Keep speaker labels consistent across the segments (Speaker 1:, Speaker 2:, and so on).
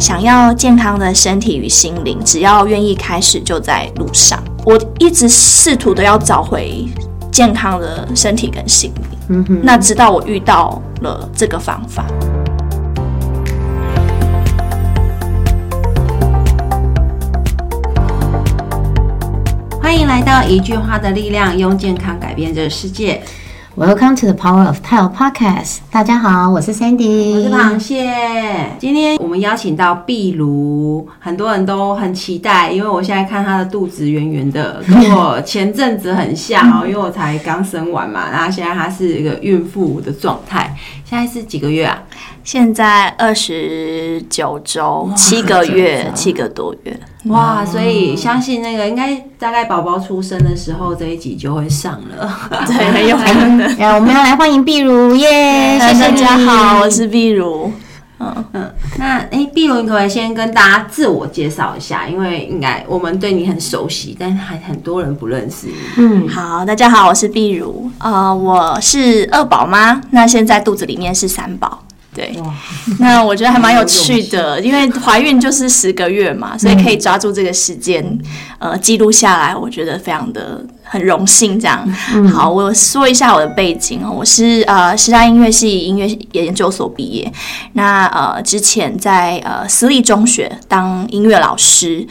Speaker 1: 想要健康的身体与心灵，只要愿意开始，就在路上。我一直试图的要找回健康的身体跟心灵。
Speaker 2: 嗯哼，
Speaker 1: 那直到我遇到了这个方法，
Speaker 2: 欢迎来到一句话的力量，用健康改变这个世界。
Speaker 3: Welcome to the Power of Tile Podcast。大家好，我是
Speaker 2: 我
Speaker 3: Sandy，
Speaker 2: 是螃蟹。今天我们邀请到壁炉，很多人都很期待，因为我现在看她的肚子圆圆的，跟我前阵子很像哦，因为我才刚生完嘛，然后现在她是一个孕妇的状态。现在是几个月啊？
Speaker 1: 现在二十九周，七个月，七个多月。
Speaker 2: 哇，所以相信那个应该大概宝宝出生的时候这一集就会上了。
Speaker 1: 对，很有可能。
Speaker 3: 哎，我们要来欢迎碧 如耶！ 谢谢
Speaker 1: 大
Speaker 3: 你
Speaker 1: 家好，我是碧如。
Speaker 2: 那哎，碧如，你可不可以先跟大家自我介绍一下？因为应该我们对你很熟悉，但是还很多人不认识你。
Speaker 3: 嗯，
Speaker 1: 好，大家好，我是碧如。呃，我是二宝妈，那现在肚子里面是三宝。对，那我觉得还蛮有趣的，因为怀孕就是十个月嘛，所以可以抓住这个时间，呃，记录下来，我觉得非常的很荣幸。这样，好，我说一下我的背景哦，我是呃师大音乐系音乐研究所毕业，那呃之前在呃私立中学当音乐老师，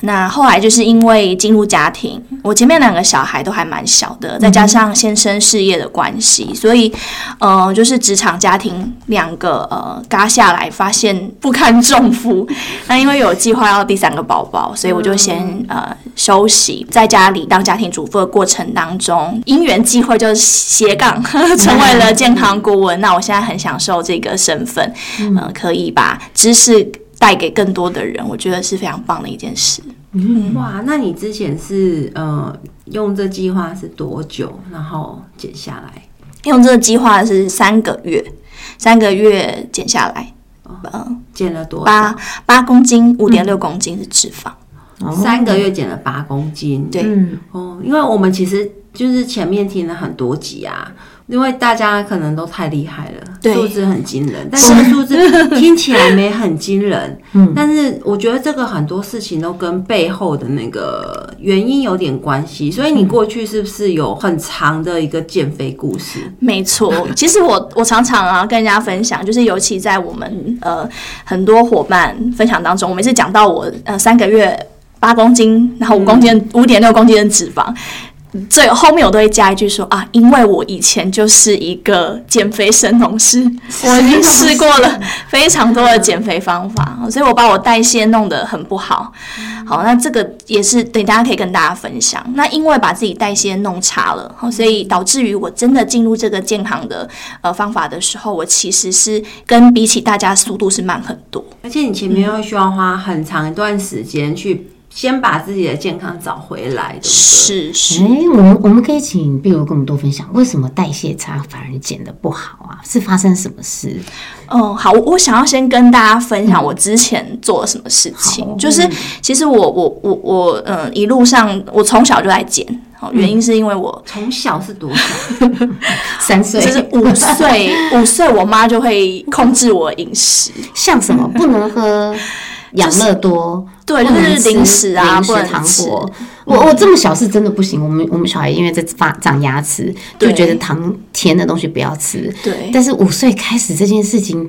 Speaker 1: 那后来就是因为进入家庭，我前面两个小孩都还蛮小的，再加上先生事业的关系，所以，呃，就是职场家庭两个呃嘎下来，发现不堪重负。 那因为有计划要第三个宝宝，所以我就先、呃休息，在家里当家庭主妇的过程当中，因缘际会就是斜杠 成为了健康顾问。那我现在很享受这个身份，嗯、呃，可以把知识。带给更多的人，我觉得是非常棒的一件事。
Speaker 2: 哇，那你之前是呃用这计划是多久，然后减下来？
Speaker 1: 用这个计划是三个月，三个月减下来，呃，
Speaker 2: 减了多
Speaker 1: 八
Speaker 2: 少？
Speaker 1: 八公斤，五点六公斤是脂肪。
Speaker 2: 三个月减了八公斤。
Speaker 1: 对
Speaker 3: 哦嗯，
Speaker 2: 哦，因为我们其实就是前面听了很多集啊，因为大家可能都太厉害了，
Speaker 1: 对
Speaker 2: 数字很惊人，但是数字听起来没很 惊人。嗯，但是我觉得这个很多事情都跟背后的那个原因有点关系，所以你过去是不是有很长的一个减肥故事？
Speaker 1: 没错，其实我我常常啊跟人家分享，就是尤其在我们呃很多伙伴分享当中，我每次讲到我呃三个月八公斤，然后五公斤嗯五点六公斤的脂肪。最后面我都会加一句说啊，因为我以前就是一个减肥神农氏， 我已经试过了非常多的减肥方法，所以我把我代谢弄得很不好。好，那这个也是对大家可以跟大家分享。那因为把自己代谢弄差了，好所以导致于我真的进入这个健康的呃方法的时候，我其实是跟比起大家速度是慢很多。
Speaker 2: 而且你前面又需要花很长一段时间去先把自己的健康找回来，对不对？
Speaker 1: 是
Speaker 3: 哎
Speaker 1: 是，，
Speaker 3: 我们我们可以请碧如跟我们多分享，为什么代谢差反而减的不好啊？是发生什么事？
Speaker 1: 嗯，好，我我想要先跟大家分享我之前做了什么事情，就是其实我我我我嗯一路上我从小就在减，好，原因是因为我
Speaker 2: 从小是多小？
Speaker 3: 三岁
Speaker 1: 就是五 岁五岁我妈就会控制我饮食，
Speaker 3: 像什么不能 喝养乐多，
Speaker 1: 对
Speaker 3: 不能
Speaker 1: 就是
Speaker 3: 吃
Speaker 1: 零食啊
Speaker 3: 零食
Speaker 1: 不能
Speaker 3: 糖
Speaker 1: 吃
Speaker 3: 果。我我这么小是真的不行，我们我们小孩因为在发长牙齿，就
Speaker 1: 对
Speaker 3: 觉得糖甜的东西不要吃。
Speaker 1: 对
Speaker 3: 但是五岁开始这件事情，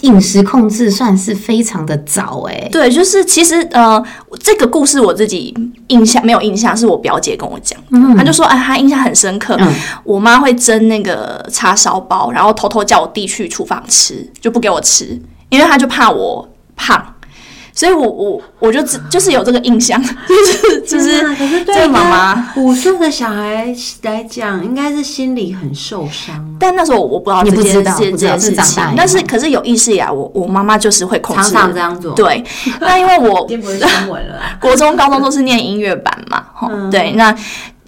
Speaker 3: 饮食控制算是非常的早哎、
Speaker 1: 对，就是其实呃，这个故事我自己印象没有印象，是我表姐跟我讲，她就说哎，她印象很深刻，
Speaker 3: 嗯
Speaker 1: 我妈会蒸那个叉烧包，然后偷偷叫我弟去厨房吃，就不给我吃，因为她就怕我胖。所以我，我我就只就是有这个印象， 就是就是
Speaker 2: 天哪可是
Speaker 1: 这
Speaker 2: 对
Speaker 1: 个妈妈。
Speaker 2: 五岁的小孩来讲，应该是心里很受伤，
Speaker 1: 但那时候我不知道
Speaker 3: 你
Speaker 1: 这
Speaker 3: 不
Speaker 1: 件
Speaker 3: 知
Speaker 1: 事
Speaker 3: 道
Speaker 1: 这
Speaker 3: 不知道
Speaker 1: 件
Speaker 3: 是
Speaker 1: 事
Speaker 3: 长
Speaker 1: 情
Speaker 3: 大以，
Speaker 1: 但是
Speaker 3: 后
Speaker 1: 可是有意识以来，我我妈妈就是会控制
Speaker 2: 常常这样做。，
Speaker 1: 对，那因为我
Speaker 2: 已经不是新闻了 啦。
Speaker 1: 国中、高中都是念音乐班嘛，吼
Speaker 2: 嗯
Speaker 1: 对，那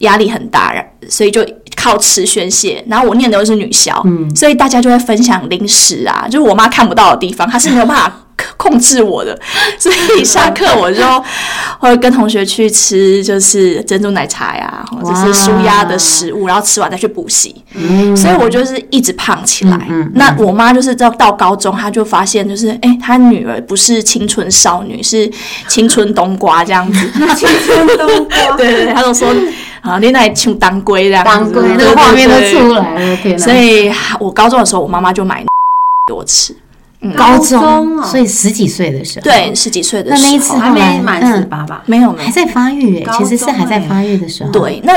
Speaker 1: 压力很大，然所以就靠吃宣泄。然后我念的又是女校，所以大家就会分享零食啊，就是我妈看不到的地方，她是没有办法克控制我的，所以下课我就会跟同学去吃，就是珍珠奶茶呀，或者是舒压的食物，然后吃完再去补习。
Speaker 3: 嗯
Speaker 1: 所以我就是一直胖起来。那我妈就是到到高中，她就发现就是，哎、她女儿不是青春少女，是青春冬瓜这样 子。
Speaker 2: 青春冬瓜，
Speaker 1: 对对对，她就说啊，你那像当归这样子，
Speaker 3: 当归那
Speaker 1: 对
Speaker 3: 个画面都。
Speaker 1: 对对
Speaker 3: 出来了，天哪！
Speaker 1: 所以我高中的时候，我妈妈就买给我吃。
Speaker 2: 高
Speaker 3: 高
Speaker 2: 中
Speaker 3: 中，
Speaker 2: 哦
Speaker 3: 所以十几岁的时候，
Speaker 1: 啊对，，十几岁的
Speaker 3: 那
Speaker 1: 时候，
Speaker 3: 那一次
Speaker 2: 还没
Speaker 3: 嗯
Speaker 2: 满十八吧？
Speaker 1: 没有没
Speaker 3: 还
Speaker 1: 有。
Speaker 3: 在发育耶，
Speaker 2: 高
Speaker 3: 其
Speaker 2: 中
Speaker 3: 实是还在发育的时候，，
Speaker 1: 哎对，那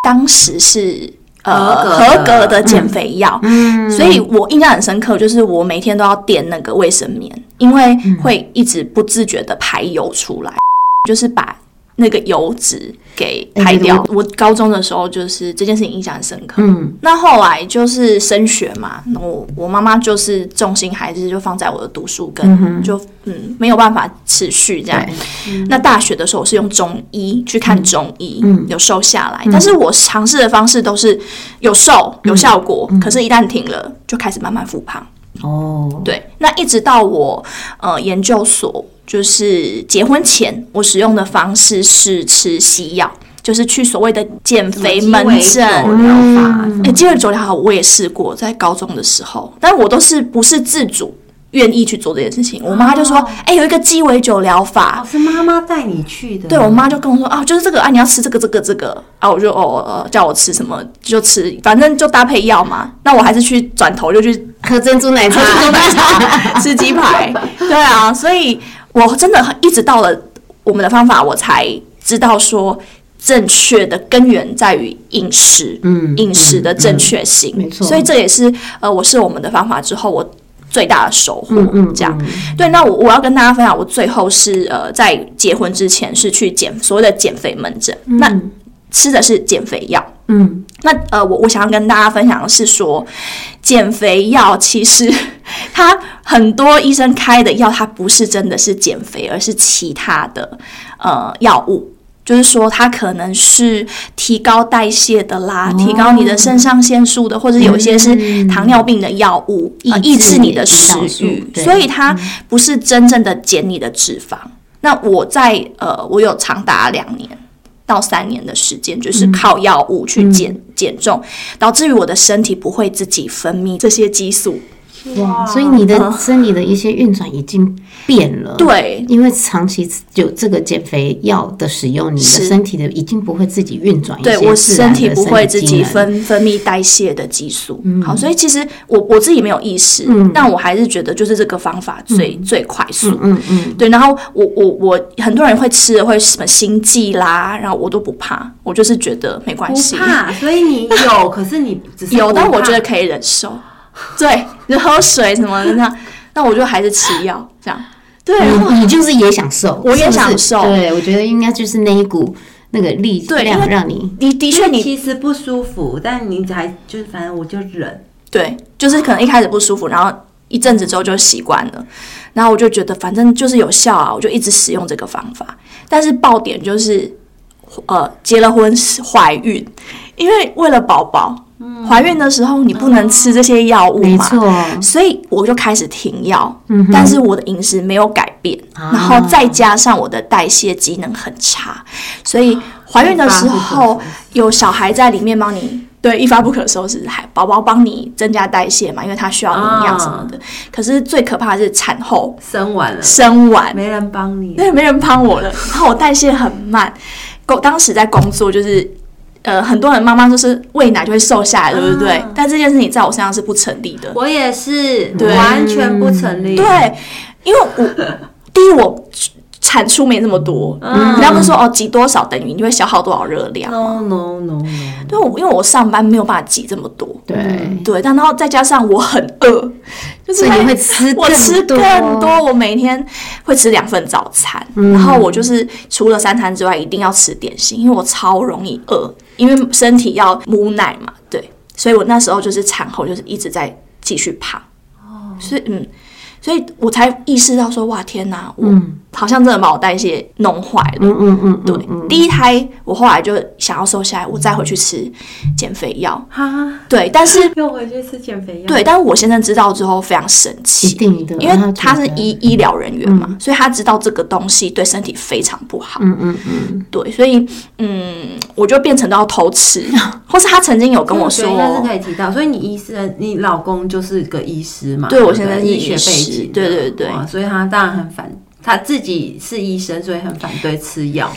Speaker 1: 当时是呃
Speaker 2: 合格的
Speaker 1: 合格的减肥药，
Speaker 3: 嗯，
Speaker 1: 所以我印象很深刻，就是我每天都要垫那个卫生棉，因为会一直不自觉的排油出来，就是把。那个油脂给排掉
Speaker 3: 哎。
Speaker 1: 我高中的时候，就是这件事情印象很深刻。
Speaker 3: 嗯，
Speaker 1: 那后来就是升学嘛，那我我妈妈就是重心还是就放在我的读书跟、就嗯没有办法持续这样
Speaker 3: 对。
Speaker 1: 那大学的时候我是用中医去看中医，有瘦下来，但是我尝试的方式都是有瘦有效果，可是一旦停了就开始慢慢复胖。
Speaker 3: 哦，
Speaker 1: 对，那一直到我呃研究所，就是结婚前，我使用的方式是吃西药，就是去所谓的减肥门诊。
Speaker 2: 疗法，
Speaker 1: 哎、欸，肌肉酒疗好，我也试过，在高中的时候，但我都是不是自主愿意去做这件事情。我妈就说：“哎、有一个鸡尾酒疗法。
Speaker 2: 哦，是妈妈带你去的。
Speaker 1: 对我妈就跟我说：“啊，就是这个啊，你要吃这个这个这个啊。”我就哦呃，叫我吃什么就吃，反正就搭配药嘛。那我还是去转头就去
Speaker 3: 喝珍珠奶茶，
Speaker 1: 喝奶茶、吃鸡排，对啊，所以我真的一直到了我们的方法，我才知道说正确的根源在于饮食，
Speaker 3: 嗯
Speaker 1: 饮食的正确性，
Speaker 3: 没错
Speaker 1: 所以这也是呃，我试我们的方法之后，我最大的收获，
Speaker 3: 嗯嗯
Speaker 1: 这样。对，那我我要跟大家分享，我最后是呃，在结婚之前是去减所谓的减肥门诊，那吃的是减肥药。
Speaker 3: 嗯，
Speaker 1: 那呃，我我想要跟大家分享的是说，减肥药其实 它很多医生开的药，它不是真的是减肥，而是其他的呃药物。就是说，它可能是提高代谢的
Speaker 3: 哦
Speaker 1: 啦，提高你的肾上腺素的，或者有一些是糖尿病的药物，呃抑
Speaker 3: 嗯哦抑制
Speaker 1: 制
Speaker 3: 你
Speaker 1: 你的
Speaker 3: 的胰
Speaker 1: 食
Speaker 3: 岛素
Speaker 1: 欲，
Speaker 3: 对
Speaker 1: 所以它不是真正的减你的脂肪。那我在呃，我有长达两年到三年的时间，就是
Speaker 3: 嗯
Speaker 1: 靠药物去减、减重，导致于我的身体不会自己分泌这些激素。
Speaker 3: 哇，嗯所以你的身体的一些运转已经变了，。
Speaker 1: 对，
Speaker 3: 因为长期有这个减肥药的使用，你的
Speaker 1: 是
Speaker 3: 身体的已经不会自己运转一些
Speaker 1: 对我
Speaker 3: 自然
Speaker 1: 身体
Speaker 3: 的
Speaker 1: 不会自
Speaker 3: 机
Speaker 1: 己
Speaker 3: 能，嗯
Speaker 1: 分分泌代谢的激素。好，所以其实我我自己没有意识，但我还是觉得就是这个方法最、最快速。
Speaker 3: 嗯嗯，
Speaker 1: 对，然后我我我很多人会吃的会什么心悸啦，然后我都不怕，我就是觉得没关系
Speaker 2: 不。怕，所以你有，可是你只是
Speaker 1: 有，
Speaker 2: 不
Speaker 1: 但我
Speaker 2: 怕
Speaker 1: 觉得可以忍受。对，你喝水什么的那样，那我就还是吃药这样。嗯对，
Speaker 3: 你你就是也想瘦，
Speaker 1: 我也
Speaker 3: 是不是
Speaker 1: 想瘦
Speaker 3: 对，我觉得应该就是那一股那个力
Speaker 1: 对因为
Speaker 3: 量让你
Speaker 1: 你的确
Speaker 2: 因为
Speaker 1: 你
Speaker 2: 其实不舒服，但你还就是反正我就忍，
Speaker 1: 对，就是可能一开始不舒服，然后一阵子之后就习惯了，然后我就觉得反正就是有效啊，我就一直使用这个方法。但是爆点就是，呃，结了婚是怀孕，因为为了宝宝，怀孕的时候你不能吃这些药物
Speaker 3: 没
Speaker 1: 嘛，
Speaker 3: 错，
Speaker 1: 所以我就开始停药，
Speaker 2: 嗯
Speaker 1: 但是我的饮食没有改变，
Speaker 3: 啊
Speaker 1: 然后再加上我的代谢机能很差，所以怀孕的时
Speaker 2: 一发不
Speaker 1: 候
Speaker 2: 可收拾
Speaker 1: 有小孩在里面帮你。对，一发不可收拾，还宝宝帮你增加代谢嘛，因为它需要营养什么
Speaker 2: 啊
Speaker 1: 的。可是最可怕的是产后
Speaker 2: 生完了
Speaker 1: 生完，
Speaker 2: 没人帮你，
Speaker 1: 对，没人帮我了，然后我代谢很慢。工当时在工作就是。呃，很多人妈妈就是喂奶就会瘦下来，对不
Speaker 2: 啊
Speaker 1: 对？但这件事情在我身上是不成立的。
Speaker 2: 我也是完全不成立，
Speaker 1: 对，因为我第一我产出没那么多，
Speaker 3: 嗯
Speaker 1: 人家不是说哦挤多少等于你会消耗多少热量，
Speaker 2: ，no no no no，
Speaker 1: 对，我因为我上班没有办法挤这么多，
Speaker 3: 对，
Speaker 1: 对，但然后再加上我很饿，就是
Speaker 3: 所以
Speaker 1: 会
Speaker 3: 你会吃
Speaker 1: 我吃
Speaker 3: 多，
Speaker 1: 更多，我每天会吃两份早餐，
Speaker 3: 嗯
Speaker 1: 然后我就是除了三餐之外，一定要吃点心，因为我超容易饿，因为身体要母奶嘛，
Speaker 3: 哦
Speaker 1: 对，所以我那时候就是产后就是一直在继续胖，所以嗯，所以我才意识到说，哇，天哪，我好像真的把我代谢弄坏了。
Speaker 3: 嗯嗯嗯，
Speaker 1: 对，第一胎我后来就想要瘦下来，我再回去吃减肥药。
Speaker 2: 哈，
Speaker 1: 对，但是
Speaker 2: 又回去吃减肥药。
Speaker 1: 对，但是我先生知道之后非常生
Speaker 3: 一
Speaker 1: 气，
Speaker 3: 定的，
Speaker 1: 因
Speaker 3: 让
Speaker 1: 为他
Speaker 3: 他哦觉
Speaker 1: 是
Speaker 3: 得
Speaker 1: 医医疗人员嘛，所以他知道这个东西对身体非常不好。
Speaker 3: 嗯嗯嗯，
Speaker 1: 对，所以嗯，我就变成都要偷 吃，或是他曾经有跟我
Speaker 2: 所以觉得应该是
Speaker 1: 说。
Speaker 2: 可以提到，所以你医生，你老公就是个医师嘛？
Speaker 1: 对我
Speaker 2: 不
Speaker 1: 现在是
Speaker 2: 医学
Speaker 1: 医师
Speaker 2: 背景的，
Speaker 1: 对对对
Speaker 2: 哇所以他当然很反，他自己是医生，所以很反对吃药。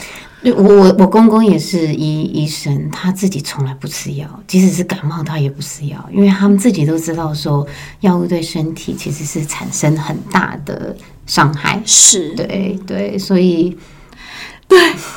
Speaker 3: 对我我我公公也是医医生，他自己从来不吃药，即使是感冒他也不吃药，因为他们自己都知道说药物对身体其实是产生很大的伤害。
Speaker 1: 是，
Speaker 3: 对对，所以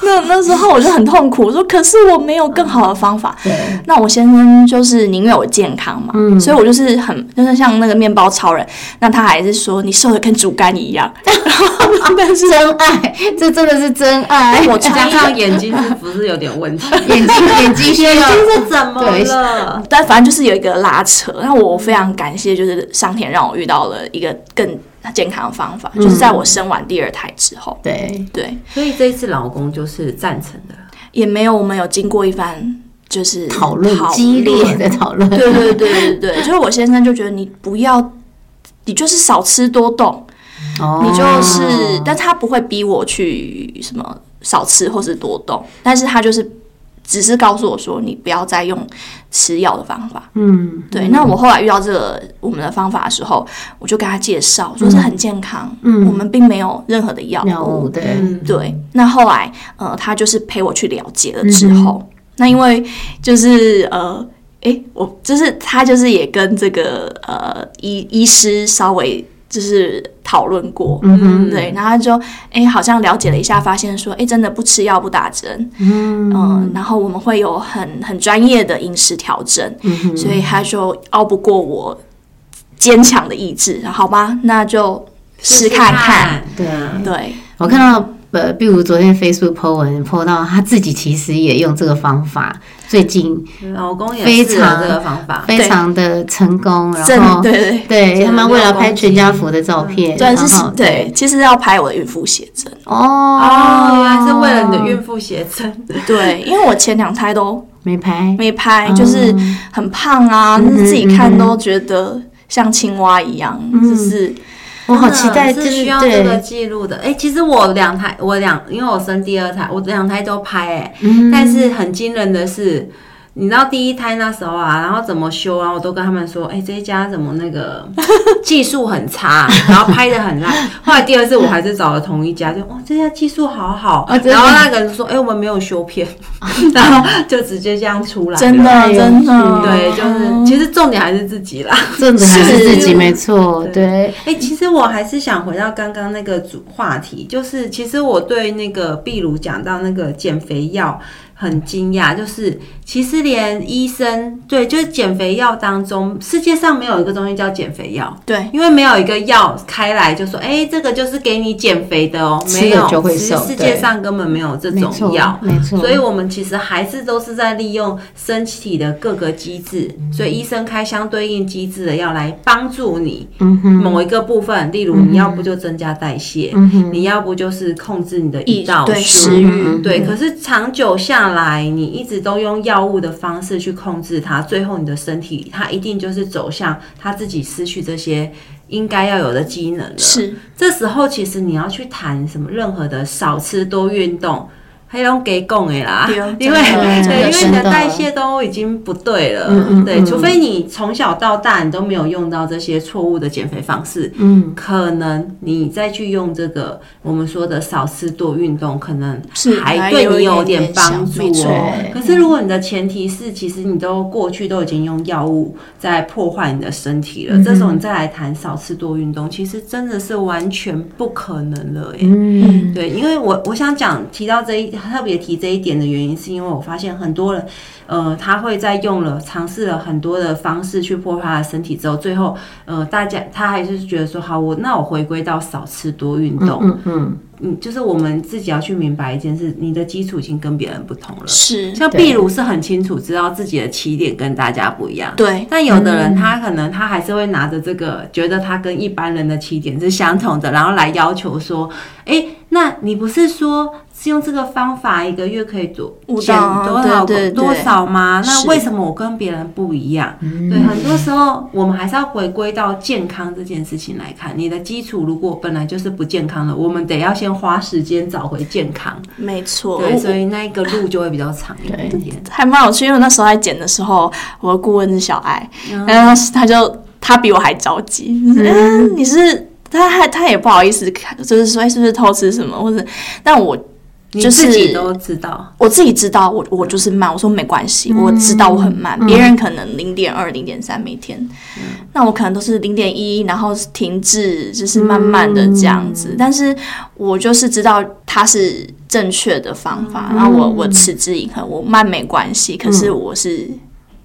Speaker 1: 那那时候我就很痛苦，我说可是我没有更好的方法。
Speaker 3: 对嗯
Speaker 1: 那我先生就是宁愿我健康嘛，所以我就是很就是像那个面包超人，那他还是说你瘦的跟竹竿一样，
Speaker 3: 但是啊真爱，这真的是真爱。
Speaker 1: 我
Speaker 2: 加
Speaker 1: 穿
Speaker 2: 上眼睛是不是有点问题？
Speaker 3: 眼睛哎眼睛需要
Speaker 2: 是怎么了？
Speaker 1: 但反正就是有一个拉扯。那我非常感谢，就是上天让我遇到了一个更健康的方法，就是在我生完第二胎之后，
Speaker 3: 对
Speaker 1: 对，
Speaker 2: 所以这一次老公就是赞成的。
Speaker 1: 也没有我们有经过一番就是
Speaker 3: 讨论激烈的讨论，
Speaker 1: 对对对对 对，就是我先生就觉得你不要，你就是少吃多动，
Speaker 3: 哦
Speaker 1: 你就是，但他不会逼我去什么少吃或是多动，但是他就是只是告诉我说，你不要再用吃药的方法。
Speaker 3: 嗯，
Speaker 1: 对，那我后来遇到这个我们的方法的时候，我就跟他介绍，我说是很健康，我们嗯并没有任何的嗯药
Speaker 3: 药
Speaker 1: 物
Speaker 3: 物嗯对，
Speaker 1: 对，那后来呃，他就是陪我去了解了之后，那因为就是呃，诶，我就是他就是也跟这个呃医医师稍微就是讨论过，
Speaker 3: 嗯哼
Speaker 1: 对，然后他就诶，好像了解了一下，发现说诶，真的不吃药不打针，嗯、然后我们会有很很专业的饮食调整，
Speaker 3: 嗯
Speaker 1: 所以他就拗不过我坚强的意志，好吧，那就试看看，
Speaker 3: 对
Speaker 2: 啊
Speaker 1: 对。啊
Speaker 3: 我看到呃，比如昨天 Facebook po 文 po 到他自己其实也用这个方法，最近
Speaker 2: 老公也
Speaker 3: 非
Speaker 2: 试了
Speaker 3: 常
Speaker 2: 这个方法，
Speaker 3: 非常的成功，然
Speaker 1: 真
Speaker 3: 后
Speaker 1: 对对
Speaker 3: 对他们为了拍全家福的照片，
Speaker 1: 对，
Speaker 3: 然
Speaker 1: 嗯是
Speaker 3: 后
Speaker 1: 对，其实要拍我的孕妇写 真。
Speaker 3: 哦
Speaker 2: 哦，原来是为了你的孕妇写真，
Speaker 1: 对，因为我前两胎都
Speaker 3: 没拍，
Speaker 1: 没拍，就是很胖啊，
Speaker 3: 嗯嗯哼嗯
Speaker 1: 自己看都觉得像青蛙一样，就是
Speaker 3: 我好期待，
Speaker 2: 真
Speaker 3: 就
Speaker 2: 的是需要这个
Speaker 3: 对，
Speaker 2: 记录的。哎、其实我两胎，我两，因为我生第二胎，我两胎都拍、哎、
Speaker 3: 嗯
Speaker 2: 但是很惊人的是，你知道第一胎那时候啊，然后怎么修啊，我都跟他们说，哎、这一家怎么那 个技术很差，然后拍的很烂。后来第二次我还是找了同一家，就哦这家技术好好，
Speaker 3: 啊真的
Speaker 2: 然后那个人说，哎、我们没有修 片， 然后就直接这样出来了。
Speaker 1: 真
Speaker 3: 太
Speaker 1: 的
Speaker 3: 有
Speaker 1: 真的，
Speaker 3: 趣
Speaker 2: 对，就是其实重点还是自己啦。
Speaker 3: 这的还是
Speaker 1: 是
Speaker 3: 自己没错，对，
Speaker 2: 哎、其实我还是想回到刚刚那个主话题，就是其实我对那个壁炉讲到那个减肥药很惊讶，就是其实连医生对，就是减肥药当中，世界上没有一个东西叫减肥药。
Speaker 1: 对
Speaker 2: 因为没有一个药开来就说，哎、这个就是给你减肥的哦，
Speaker 3: 吃了
Speaker 2: 没有，
Speaker 3: 就会
Speaker 2: 其实
Speaker 3: 瘦
Speaker 2: 世
Speaker 3: 对
Speaker 2: 界上根本没有这
Speaker 3: 没
Speaker 2: 种
Speaker 3: 错
Speaker 2: 药，，
Speaker 3: 没错，
Speaker 2: 所以我们其实还是都是在利用身体的各个机制，所以医生开相对应机制的药来帮助你
Speaker 3: 嗯哼，
Speaker 2: 某一个部分，例如你要不就增加代谢，
Speaker 3: 嗯哼，
Speaker 2: 你要不就是控制你的
Speaker 1: 一
Speaker 2: 胰岛
Speaker 1: 对
Speaker 2: 素
Speaker 1: 食。
Speaker 3: 嗯
Speaker 1: 欲，
Speaker 2: 对，可是长久下来，你一直都用药物的方式去控制它，最后你的身体它一定就是走向它自己失去这些应该要有的机能了。
Speaker 1: 是
Speaker 2: 这时候其实你要去谈什么任何的少吃多运动，还用给供哎啦
Speaker 1: 对哦，
Speaker 2: 因为
Speaker 1: 真的
Speaker 2: 对，
Speaker 1: 真的
Speaker 2: 因为你的
Speaker 3: 真的
Speaker 2: 代谢都已经不对了，
Speaker 3: 嗯嗯
Speaker 2: 对，
Speaker 3: 嗯
Speaker 2: 除非你从小到大你都没有用到这些错误的减肥方式。
Speaker 3: 嗯，
Speaker 2: 可能你再去用这个我们说的少吃多运动，可能
Speaker 1: 是
Speaker 2: 还
Speaker 1: 还
Speaker 2: 对
Speaker 1: 有
Speaker 2: 你
Speaker 1: 一
Speaker 2: 有
Speaker 1: 点
Speaker 2: 点帮助
Speaker 1: 影响
Speaker 2: 哦
Speaker 3: 没。错
Speaker 2: 可是如果你的前提是，其实你都过去都已经用药物在破坏你的身体了，这时候你再来谈少吃多运动，其实真的是完全不可能了耶。
Speaker 3: 嗯，
Speaker 2: 对，因为我我想讲提到这一特别提这一点的原因，是因为我发现很多人，呃，他会在用了尝试了很多的方式去破坏他的身体之后，最后呃，大家他还是觉得说好，我那我回归到少吃多运动。
Speaker 3: 嗯嗯，
Speaker 2: 嗯，就是我们自己要去明白一件事，你的基础已经跟别人不同了。
Speaker 1: 是，
Speaker 2: 像
Speaker 3: 对
Speaker 2: 壁炉是很清楚知道自己的起点跟大家不一样，
Speaker 1: 对，
Speaker 2: 但有的人他可能他还是会拿着这个，觉得他跟一般人的起点是相同的，然后来要求说，哎，那你不是说是用这个方法一个月可以多
Speaker 1: 舞蹈
Speaker 2: 减多少
Speaker 1: 对对对
Speaker 2: 多少吗？那
Speaker 1: 是
Speaker 2: 为什么我跟别人不一样？嗯对，很多时候我们还是要回归到健康这件事情来看。你的基础如果本来就是不健康的，我们得要先花时间找回健康。
Speaker 1: 没错。
Speaker 2: 对，
Speaker 1: 我
Speaker 2: 所以那一个路就会比较长一点点。
Speaker 1: 还蛮有趣，因为我那时候在剪的时候，我的顾问是小爱，
Speaker 2: 嗯
Speaker 1: 然后他就他比我还着急，就是嗯，你是他还他也不好意思看，就是说哎是不是偷吃什么，或者但我
Speaker 2: 你
Speaker 1: 就是
Speaker 2: 自己都知道，
Speaker 1: 我自己知道我
Speaker 3: 嗯
Speaker 1: 我就是慢，我说没关系，我知道我很慢，别人可能零点二、零点三每天，
Speaker 3: 嗯
Speaker 1: 那我可能都是零点一，然后停滞，就是慢慢
Speaker 3: 嗯
Speaker 1: 的这样子。但是我就是知道它是正确的方法，
Speaker 3: 嗯
Speaker 1: 然后我我持之以恒，我慢没关系，可是我是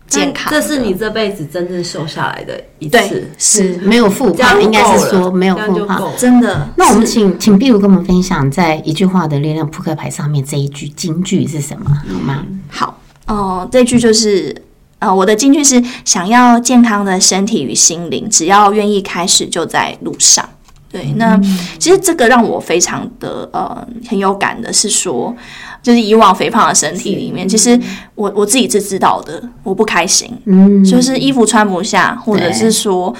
Speaker 1: 健康的、
Speaker 2: 这是你这辈子真正瘦下来的一
Speaker 1: 对
Speaker 2: 次。
Speaker 1: 是
Speaker 3: 没有复
Speaker 2: 这样
Speaker 3: 胖，
Speaker 2: 就
Speaker 3: 应该
Speaker 2: 够
Speaker 3: 是
Speaker 2: 了
Speaker 3: 说没有
Speaker 2: 这样就
Speaker 3: 复胖
Speaker 2: 够。了
Speaker 1: 真的。
Speaker 3: 那我们
Speaker 1: 是
Speaker 3: 请请壁如跟我们分享，在一句话的力量扑克牌上面这一句金句是什么，好
Speaker 2: 嗯
Speaker 3: 吗？
Speaker 1: 好，哦、这句就是，呃，我的金句是想要健康的身体与心灵，只要愿意开始，就在路上。对，那
Speaker 3: 嗯
Speaker 1: 其实这个让我非常的呃很有感的是说，就是以往肥胖的身体里面，其实我我自己是知道的，我不开心，
Speaker 3: 嗯，
Speaker 1: 就是衣服穿不下，或者是说。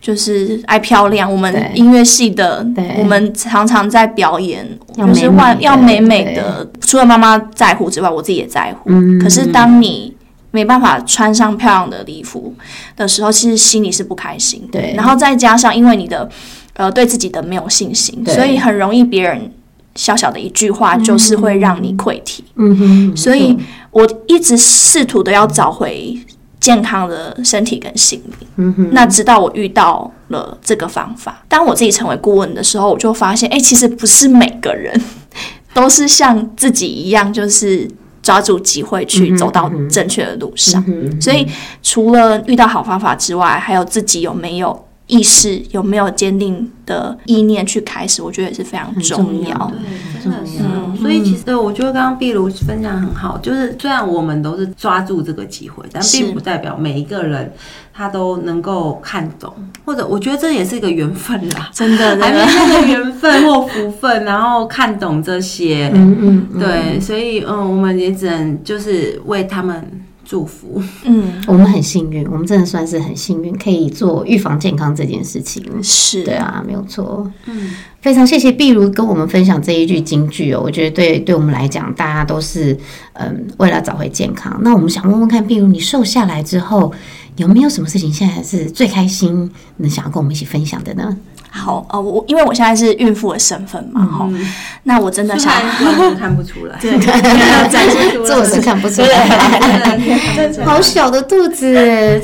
Speaker 1: 就是爱漂亮，我们
Speaker 3: 对
Speaker 1: 音乐系的
Speaker 3: 对，
Speaker 1: 我们常常在表演，
Speaker 3: 要
Speaker 1: 就是
Speaker 3: 美美
Speaker 1: 万
Speaker 3: 的
Speaker 1: 要美美的。除了妈妈在乎之外，我自己也在乎。
Speaker 3: 嗯
Speaker 1: 可是当你没办法穿上漂亮的礼服的时候，其实心里是不开心的。
Speaker 3: 对
Speaker 1: 然后再加上因为你的呃对自己的没有信心，
Speaker 3: 对
Speaker 1: 所以很容易别人小小的一句话就是会让你溃体。
Speaker 3: 嗯哼，
Speaker 1: 所以我一直试图的要找回健康的身体跟心灵。嗯哼，那直到我遇到了这个方法，当我自己成为顾问的时候，我就发现，哎、其实不是每个人都是像自己一样，就是。抓住机会去
Speaker 3: 嗯
Speaker 1: 走到正确的路上，所以除了遇到好方法之外，还有自己有没有意识、有没有坚定的意念去开始，我觉得也是非常重
Speaker 3: 重要
Speaker 1: 要
Speaker 3: 的。
Speaker 2: 对，真的是
Speaker 1: 嗯。
Speaker 2: 所以其实对我觉得刚刚壁炉分享很好，就是虽然我们都是抓住这个机会，但
Speaker 1: 是
Speaker 2: 并不代表每一个人他都能够看懂，或者我觉得这也是一个缘分啦，
Speaker 1: 真的， 真
Speaker 2: 还没
Speaker 1: 的，
Speaker 2: 那个缘分或福分，然后看懂这些。
Speaker 3: 嗯嗯，嗯，
Speaker 2: 对，所以嗯，我们也只能就是为他们祝福。
Speaker 1: 嗯，
Speaker 3: 我们很幸运，我们真的算是很幸运，可以做预防健康这件事情。
Speaker 1: 是
Speaker 3: 对啊，没有错。
Speaker 2: 嗯，
Speaker 3: 非常谢谢碧如跟我们分享这一句金句哦，我觉得对对我们来讲，大家都是嗯为了找回健康。那我们想问问看，碧如你瘦下来之后，有没有什么事情现在是最开心，你想要跟我们一起分享的呢？
Speaker 1: 好，呃，我因为我现在是孕妇的身份
Speaker 3: 嗯
Speaker 1: 嘛，哈、那我真的
Speaker 2: 虽
Speaker 1: 想，
Speaker 2: 然观众看不出来，对，
Speaker 1: 啊
Speaker 3: 这我是看不出来， 好小的肚子，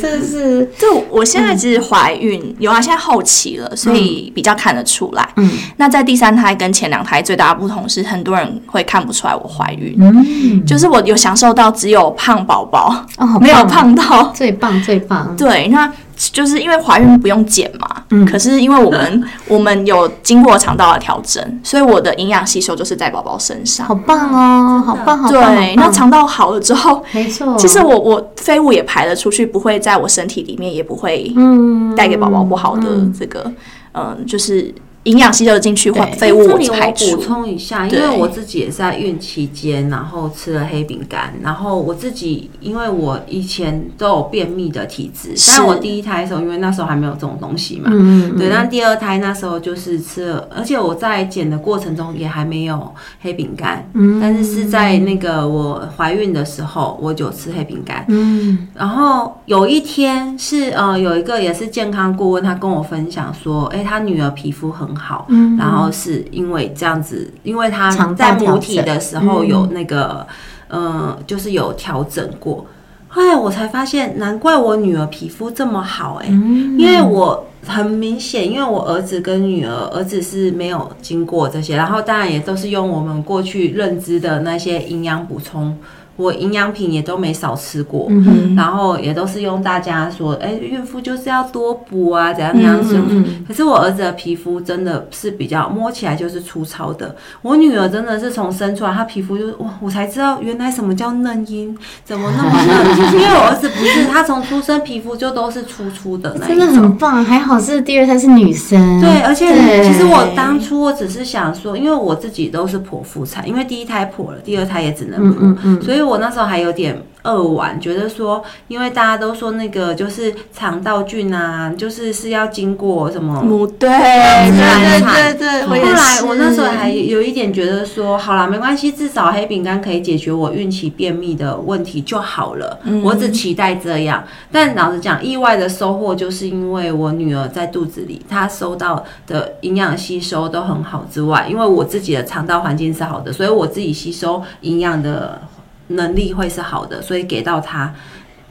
Speaker 3: 真的是
Speaker 1: 就我现
Speaker 3: 嗯
Speaker 1: 在其实怀孕，有啊，现在后期了，所以比较看得出来。嗯，那在第三胎跟前两胎最大的不同是，很多人会看不出来我怀孕，
Speaker 3: 嗯
Speaker 1: 就是我有享受到只有胖宝宝，
Speaker 3: 哦，好
Speaker 1: 没有
Speaker 3: 棒哦，
Speaker 1: 胖到。
Speaker 3: 最棒最棒，
Speaker 1: 对，那就是因为怀孕不用减嘛，
Speaker 3: 嗯
Speaker 1: 可是因为我们 我们有经过肠道的调整，所以我的营养吸收就是在宝宝身上
Speaker 3: 好。棒哦，好棒好棒，
Speaker 1: 对，
Speaker 3: 好棒嗯
Speaker 1: 那肠道好了之后，
Speaker 3: 没错，
Speaker 1: 其实我我废物也排了出去，不会在我身体里面，也不会
Speaker 3: 嗯
Speaker 1: 带给宝宝不好的这个，嗯、就是营养吸收进去，
Speaker 3: 对
Speaker 1: 废物
Speaker 2: 这里
Speaker 1: 排
Speaker 2: 我
Speaker 1: 出
Speaker 2: 补。充一下，因
Speaker 1: 对
Speaker 2: 为我自己也是在孕期间，然后吃了黑饼干，然后我自己因为我以前都有便秘的体质，
Speaker 1: 是
Speaker 2: 但我第一胎的时候，因为那时候还没有这种东西嘛，
Speaker 3: 嗯
Speaker 2: 对，那第二胎那时候就是吃了，而且我在减的过程中也还没有黑饼干，
Speaker 1: 嗯
Speaker 2: 但是是在那个我怀孕的时候，我就吃黑饼干，
Speaker 3: 嗯
Speaker 2: 然后有一天是呃，有一个也是健康顾问，他跟我分享说，诶，他女儿皮肤很好，
Speaker 3: 嗯
Speaker 2: 然后是因为这样子，因为他
Speaker 3: 肠道
Speaker 2: 在
Speaker 3: 调
Speaker 2: 母
Speaker 3: 整嗯
Speaker 2: 体的时候有那个，呃，就是有调整过。后来我才发现，难怪我女儿皮肤这么好、诶，
Speaker 3: 嗯
Speaker 2: 因为我很明显，因为我儿子跟女儿，儿子是没有经过这些，然后当然也都是用我们过去认知的那些营养补充我营养品也都没少吃过，
Speaker 1: 嗯
Speaker 2: 然后也都是用大家说，哎、孕妇就是要多补啊，怎样怎
Speaker 3: 嗯
Speaker 2: 样怎样。可是我儿子的皮肤真的是比较摸起来就是粗糙的，我女儿真的是从生出来，她皮肤就是哇，我才知道原来什么叫嫩阴，怎么那么嫩？因为我儿子不是，他从出生皮肤就都是粗粗的那一
Speaker 3: 真
Speaker 2: 种，
Speaker 3: 的很棒，还好是第二胎是女生。
Speaker 2: 对，而且
Speaker 3: 对
Speaker 2: 其实我当初我只是想说，因为我自己都是剖腹产，因为第一胎剖了，第二胎也只能剖，
Speaker 3: 嗯嗯
Speaker 2: 所以我那时候还有点扼腕，觉得说，因为大家都说那个就是肠道菌啊，就是是要经过什么。
Speaker 1: 母对对对对
Speaker 2: 惨
Speaker 1: 对，
Speaker 3: 嗯
Speaker 1: 我
Speaker 2: 后
Speaker 1: 也
Speaker 2: 来
Speaker 1: 是
Speaker 2: 我那时候还有一点觉得说，好啦，没关系，至少黑饼干可以解决我孕期便秘的问题就好了。
Speaker 1: 嗯
Speaker 2: 我只期待这样。但老实讲，意外的收获就是因为我女儿在肚子里，她收到的营养吸收都很好之外，因为我自己的肠道环境是好的，所以我自己吸收营养的能力会是好的，所以给到她。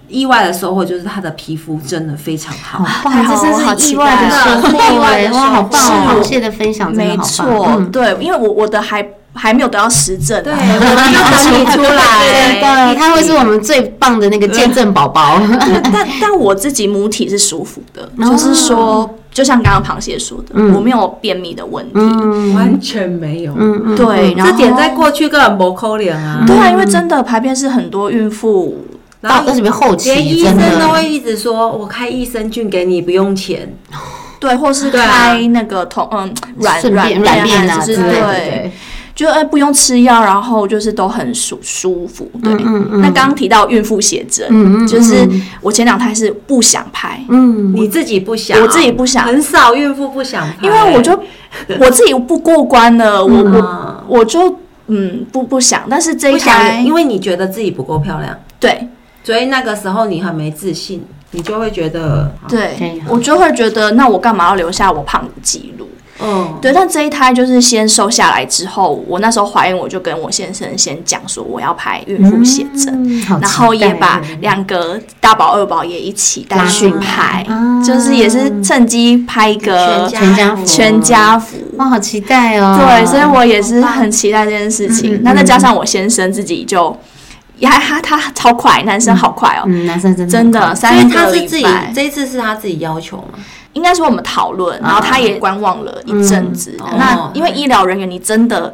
Speaker 2: 意外的收获就是她的皮肤真的非常好
Speaker 3: 好，
Speaker 1: 太
Speaker 3: 棒，
Speaker 1: 好
Speaker 3: 这
Speaker 1: 了好
Speaker 3: 真是
Speaker 1: 期
Speaker 3: 意外的
Speaker 1: 待
Speaker 3: 收
Speaker 1: 啊
Speaker 3: 获
Speaker 2: 意外
Speaker 3: 哎，
Speaker 2: 的
Speaker 3: 哇，好
Speaker 2: 收获
Speaker 3: 棒哦！
Speaker 1: 是
Speaker 3: 感谢的分享，真
Speaker 1: 没
Speaker 3: 的好嗯棒。
Speaker 1: 错，对，因为我我的还还没有得到实证啊，
Speaker 2: 对
Speaker 1: 我
Speaker 2: 我
Speaker 1: 没有
Speaker 2: 们
Speaker 1: 实
Speaker 2: 要
Speaker 1: 证
Speaker 2: 等你出
Speaker 1: 对
Speaker 2: 来
Speaker 1: 对对
Speaker 3: 对，他会是我们最棒的那个见证宝宝。
Speaker 1: 但但我自己母体是舒服的，
Speaker 3: 哦
Speaker 1: 就是说，就像刚刚螃蟹说的，我没有便秘的问题。
Speaker 3: 嗯
Speaker 2: 完全没有。
Speaker 3: 嗯嗯，
Speaker 1: 对，然后
Speaker 2: 这点在过去根本不扣脸啊，
Speaker 1: 对啊，因为真的排便是很多孕妇
Speaker 2: 然
Speaker 3: 到
Speaker 2: 后
Speaker 3: 二十边后
Speaker 2: 连
Speaker 3: 期
Speaker 2: 医
Speaker 3: 真
Speaker 2: 生都
Speaker 3: 的
Speaker 2: 会一直说，我开益生菌给你，不用钱。
Speaker 1: 对，或是
Speaker 2: 对啊
Speaker 1: 开那个同嗯软
Speaker 3: 顺
Speaker 1: 软
Speaker 3: 便软便
Speaker 1: 啊，
Speaker 3: 啊
Speaker 1: 就
Speaker 3: 之
Speaker 1: 是
Speaker 3: 类的，
Speaker 1: 对，
Speaker 3: 对
Speaker 1: 就哎不用吃药，然后就是都很舒舒服。对，
Speaker 3: 嗯嗯
Speaker 1: 那刚刚提到孕妇写真，
Speaker 3: 嗯嗯
Speaker 1: 就是
Speaker 3: 嗯
Speaker 1: 我前两胎是不想拍，
Speaker 3: 嗯，
Speaker 2: 你自己不想，
Speaker 1: 我自己不想
Speaker 2: 很少孕妇不想拍，
Speaker 1: 因为我 就我自己不过关了，我我
Speaker 2: 嗯
Speaker 1: 我就嗯不不想，但是这
Speaker 2: 不
Speaker 1: 一胎
Speaker 2: 想，因为你觉得自己不够漂亮，
Speaker 1: 对
Speaker 2: 所以那个时候你很没自信，你就会觉得，
Speaker 1: 对
Speaker 3: 对，
Speaker 1: 我就会觉得那我干嘛要留下我胖的记录？
Speaker 3: 哦
Speaker 2: 嗯，
Speaker 1: 对，但这一胎就是先瘦下来之后，我那时候怀孕，我就跟我先生先讲说我要拍孕妇写真。
Speaker 3: 嗯，好期
Speaker 1: 然后也
Speaker 3: 待
Speaker 1: 把两个大宝、二宝也一起带
Speaker 3: 拉
Speaker 1: 去
Speaker 3: 进来
Speaker 1: 拍，
Speaker 3: 啊
Speaker 1: 就是也是趁机拍一个
Speaker 3: 全家福
Speaker 1: 全家福。
Speaker 3: 哇，好期待哦！
Speaker 1: 对，所以我也是很期待这件事
Speaker 3: 嗯嗯
Speaker 1: 情
Speaker 3: 嗯。
Speaker 1: 那再加上我先生自己就，也还他他超快，男生好快哦，
Speaker 3: 嗯，男生真的
Speaker 1: 真的
Speaker 3: 很
Speaker 2: 因
Speaker 1: 三
Speaker 2: 为他
Speaker 1: 个
Speaker 2: 是
Speaker 1: 礼
Speaker 2: 自己
Speaker 1: 拜。
Speaker 2: 这一次是他自己要求嘛，
Speaker 1: 应该说我们讨论，然后他也观望了一阵子。
Speaker 2: 嗯
Speaker 1: 那
Speaker 2: 哦
Speaker 1: 因为医疗人员，你真的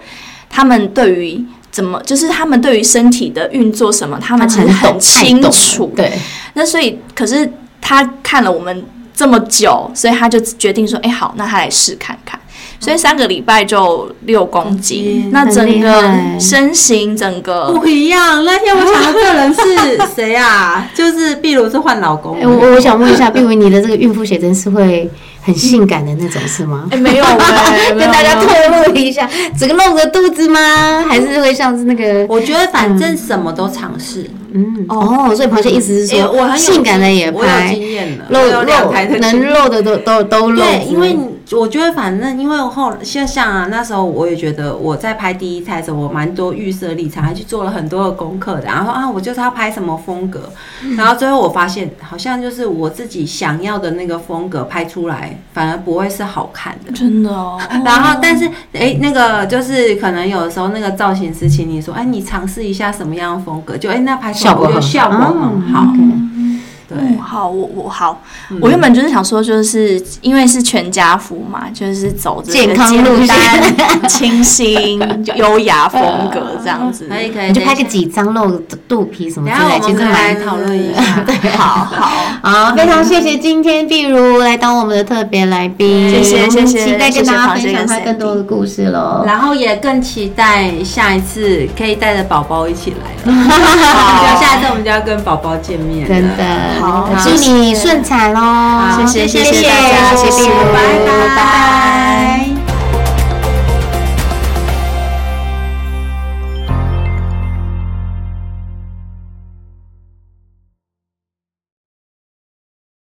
Speaker 1: 他们对于。怎么？就是他们对于身体的运作什么，他们其实
Speaker 3: 懂
Speaker 1: 很
Speaker 3: 太
Speaker 1: 清
Speaker 3: 懂了
Speaker 1: 楚。
Speaker 3: 对，
Speaker 1: 那所以，可是他看了我们这么久，所以他就决定说：“哎、好，那他来试看看。”所以三个礼拜就六公斤，
Speaker 2: 嗯
Speaker 1: 那整
Speaker 3: 很厉害
Speaker 1: 个身形，整个
Speaker 2: 不一样。那天我 想到这人是谁啊？就是壁炉是换老公
Speaker 3: 哎，，我我想问一下，碧维你的这个孕妇写真是会很性感的那种 是吗
Speaker 1: 哎、？没有哎、
Speaker 3: 跟
Speaker 1: 没有
Speaker 3: 大家
Speaker 1: 没有
Speaker 3: 透露一下，只个露个肚子吗？还是会像是那个？
Speaker 2: 我觉得反正什么都尝试，
Speaker 3: 嗯，哦，所以螃蟹意思是
Speaker 2: 哎
Speaker 3: 说，
Speaker 2: 我很有
Speaker 3: 性感的
Speaker 2: 经
Speaker 3: 也
Speaker 2: 我有
Speaker 3: 拍，
Speaker 2: 经验了，
Speaker 3: 露
Speaker 2: 我有两
Speaker 3: 露
Speaker 2: 台的经
Speaker 3: 能
Speaker 2: 验
Speaker 3: 露的都都都露。
Speaker 2: 对，因为你我觉得反正因为后像像啊，那时候我也觉得我在拍第一胎的时候，我蛮多预设立场，还去做了很多的功课的。然后啊，我就是要拍什么风格，
Speaker 3: 嗯
Speaker 2: 然后最后我发现好像就是我自己想要的那个风格拍出来，反而不会是好看的。
Speaker 1: 真的哦。
Speaker 2: 然后，但是，哎，那个就是可能有的时候那个造型师请你说，哎，你尝试一下什么样的风格，就哎，那拍出来
Speaker 3: 效
Speaker 2: 我
Speaker 3: 果
Speaker 2: 觉得
Speaker 3: 很
Speaker 2: 效果很好，
Speaker 3: 哦
Speaker 2: 对，
Speaker 1: 嗯，好，我我好，我原本就是想说，就是因为是全家福嘛，就是走这个
Speaker 3: 健康路线
Speaker 1: 简 单、清新、优雅风格这样 子。
Speaker 2: 可以可以，
Speaker 3: 你就拍
Speaker 2: 等
Speaker 3: 个
Speaker 2: 一下，
Speaker 3: 几张露肚皮什么
Speaker 2: 然
Speaker 3: 之
Speaker 2: 后
Speaker 3: 类，
Speaker 2: 我
Speaker 3: 其
Speaker 2: 们
Speaker 3: 实
Speaker 2: 可以来
Speaker 3: 蛮嗯
Speaker 2: 讨论一下，
Speaker 1: 好好，
Speaker 3: 好，非常谢谢今天碧如来当我们的特别来宾，
Speaker 1: 谢谢
Speaker 3: 我们
Speaker 1: 谢谢
Speaker 3: 期待跟
Speaker 1: 谢
Speaker 3: 大家分
Speaker 1: 谢
Speaker 3: 享她更多的故事喽。
Speaker 2: 然后也更期待下一次可以带着宝宝一起 来了。
Speaker 1: 好
Speaker 2: 就下一次我们就要跟宝宝见面了，
Speaker 3: 真的，
Speaker 1: 好
Speaker 3: 祝你顺产喽！
Speaker 2: 好
Speaker 1: 谢谢
Speaker 3: 谢
Speaker 1: 谢谢
Speaker 3: 谢
Speaker 1: 大家
Speaker 3: 谢谢碧如，
Speaker 2: 拜拜
Speaker 3: 拜拜。
Speaker 2: 拜。